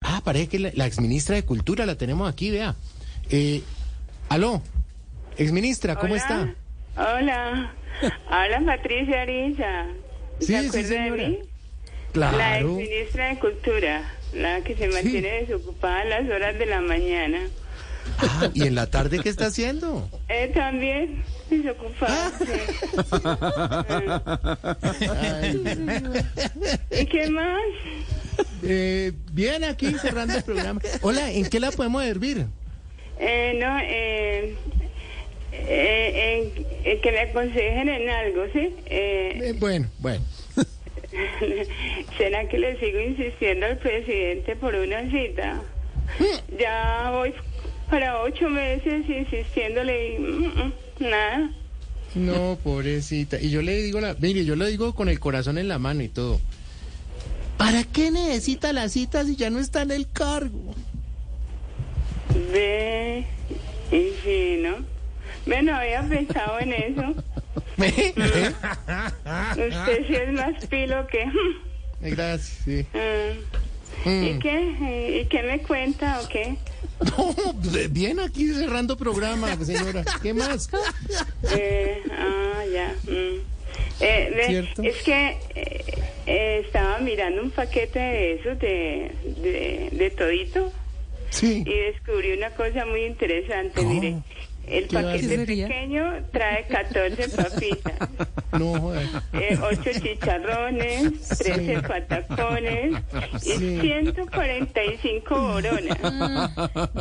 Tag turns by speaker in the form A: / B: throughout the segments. A: Ah, parece que la, la exministra de Cultura la tenemos aquí, vea. Eh, aló, exministra, ¿cómo
B: Hola.
A: está?
B: Hola. Habla Patricia Ariza. ¿Se
A: Sí, sí,
B: acuerda
A: señora.
B: de mí? La
A: Claro.
B: exministra de Cultura, la que se
A: Sí.
B: mantiene desocupada a las horas de la mañana.
A: Ah, ¿Y en la tarde qué está haciendo?
B: Eh, también
A: Ah.
B: desocupada. sí. ¿Y qué más?
A: Eh, bien, aquí cerrando el programa. Hola, ¿en qué la podemos hervir?
B: Eh, no, eh, eh, en- eh, que le aconsejen en algo, ¿sí? Eh,
A: Eh, bueno, bueno.
B: ¿Será que le sigo insistiendo al presidente por una cita? Ya voy para ocho meses insistiéndole y mm, mm, nada.
A: No, pobrecita. Y yo le digo, la, mire, yo lo digo con el corazón en la mano y todo. ¿Para qué necesita la cita si ya no está en el cargo?
B: Ve, en fin, ¿no? Ve, no había pensado en eso.
A: ¿Ve? ¿Ve?
B: Usted sí es más pilo que... mm,
A: Eh, Gracias, sí.
B: mm. ¿Y
A: Mm.
B: qué? ¿Y qué me cuenta o qué?
A: No, pues, bien aquí cerrando programa, señora. ¿Qué más?
B: Eh, ah, ya. mm. Eh, ve,
A: ¿Cierto?
B: Es que eh, eh, estaba mirando un paquete de esos de, de, de todito
A: Sí.
B: y descubrí una cosa muy interesante.
A: No,
B: Mire, el
A: ¿qué va a
B: paquete
A: hacer?
B: pequeño trae 14 papitas,
A: No, joder.
B: 8 Eh, chicharrones, 13 patacones
A: Sí.
B: y 145 boronas.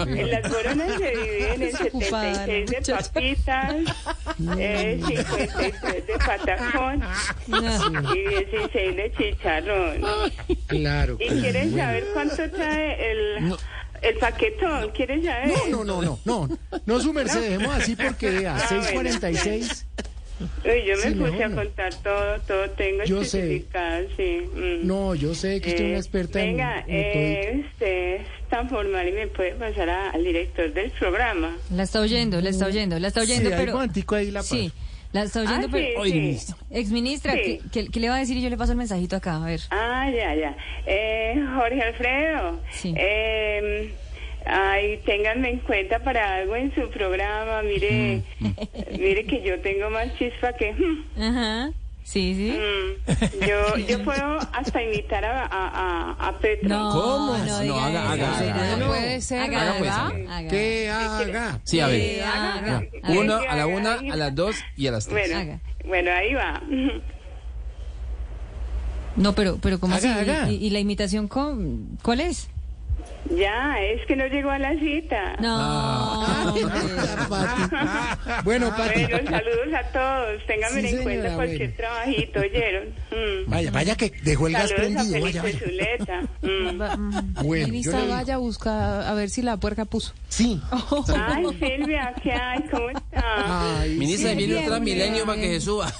B: En las boronas se dividen en
C: Desocupada,
B: 76 de
C: muchacha.
B: papitas, eh, 53 de patacón y 16 de chicharrón.
A: Claro.
B: ¿Y
A: claro.
B: quieren saber cuánto trae el, el paquetón? ¿Quieren saber?
A: No, no, no, no, no. No, su merced, dejemos así porque vea,
B: Ah,
A: 646.
B: Uy, yo me
A: Sí,
B: puse
A: mejor
B: a
A: no.
B: contar todo, todo tengo
A: Yo sé.
B: especificado, sí. mm.
A: No, yo sé que usted es
B: Eh,
A: pues, una experta en-
B: venga,
A: en todito.
B: eh, usted es tan formal y me puede pasar a- al director del programa.
C: La está oyendo, la está oyendo, la está oyendo,
A: Sí, hay
C: pero...
A: guantico ahí la
C: Sí, la está
B: Ah,
C: oyendo,
B: sí,
C: pero...
B: sí.
C: Exministra,
B: Sí.
C: ¿qué- qué, qué le va a decir? Y yo le paso el mensajito acá, a ver.
B: Ah, ya, ya. Eh, Jorge Alfredo,
C: Sí.
B: eh, ay, ténganme en cuenta para algo en su programa. Mire, mire que yo tengo más chispa que... mm,
C: Ajá, sí, sí.
B: mm. Yo, yo puedo hasta invitar a, a, a, a Petro.
C: No,
D: ¿Cómo?
C: no,
D: No,
C: diga
D: haga-
C: eso,
D: haga-
C: será.
D: haga-
E: No puede ser,
C: Haga,
E: haga, pues,
C: haga,
D: haga.
C: haga.
A: Que haga.
D: Sí, a
C: Que
D: ver.
C: haga.
D: Ya, Uno a la una, a las dos y a las tres.
B: Bueno,
C: Haga.
B: bueno, ahí va.
C: No, pero, pero ¿cómo
A: Haga,
C: así?
A: haga.
C: ¿Y, y la imitación con, cuál es?
B: Ya, es que no llegó a la cita.
C: No.
A: Ah,
C: Ah.
A: Ay, Pati. Bueno, Pati.
B: Bueno, saludos a todos. Ténganme
A: Sí,
B: en cuenta
A: señora,
B: cualquier
A: bueno.
B: trabajito, ¿oyeron? Mm.
A: Vaya, vaya que dejó el gas
B: Saludos a
A: prendido. Vaya,
B: Felipe
A: vaya.
B: Zuleta. Mm.
A: Bueno, yo
E: Ministra,
A: le digo.
E: vaya, busca a ver si la puerca puso.
A: Sí.
B: Ay, Silvia, ¿qué hay? ¿Cómo está?
A: Ay,
D: Ministra,
A: sí.
D: viene otra
E: bien,
D: milenio
E: bien.
D: para que se suba.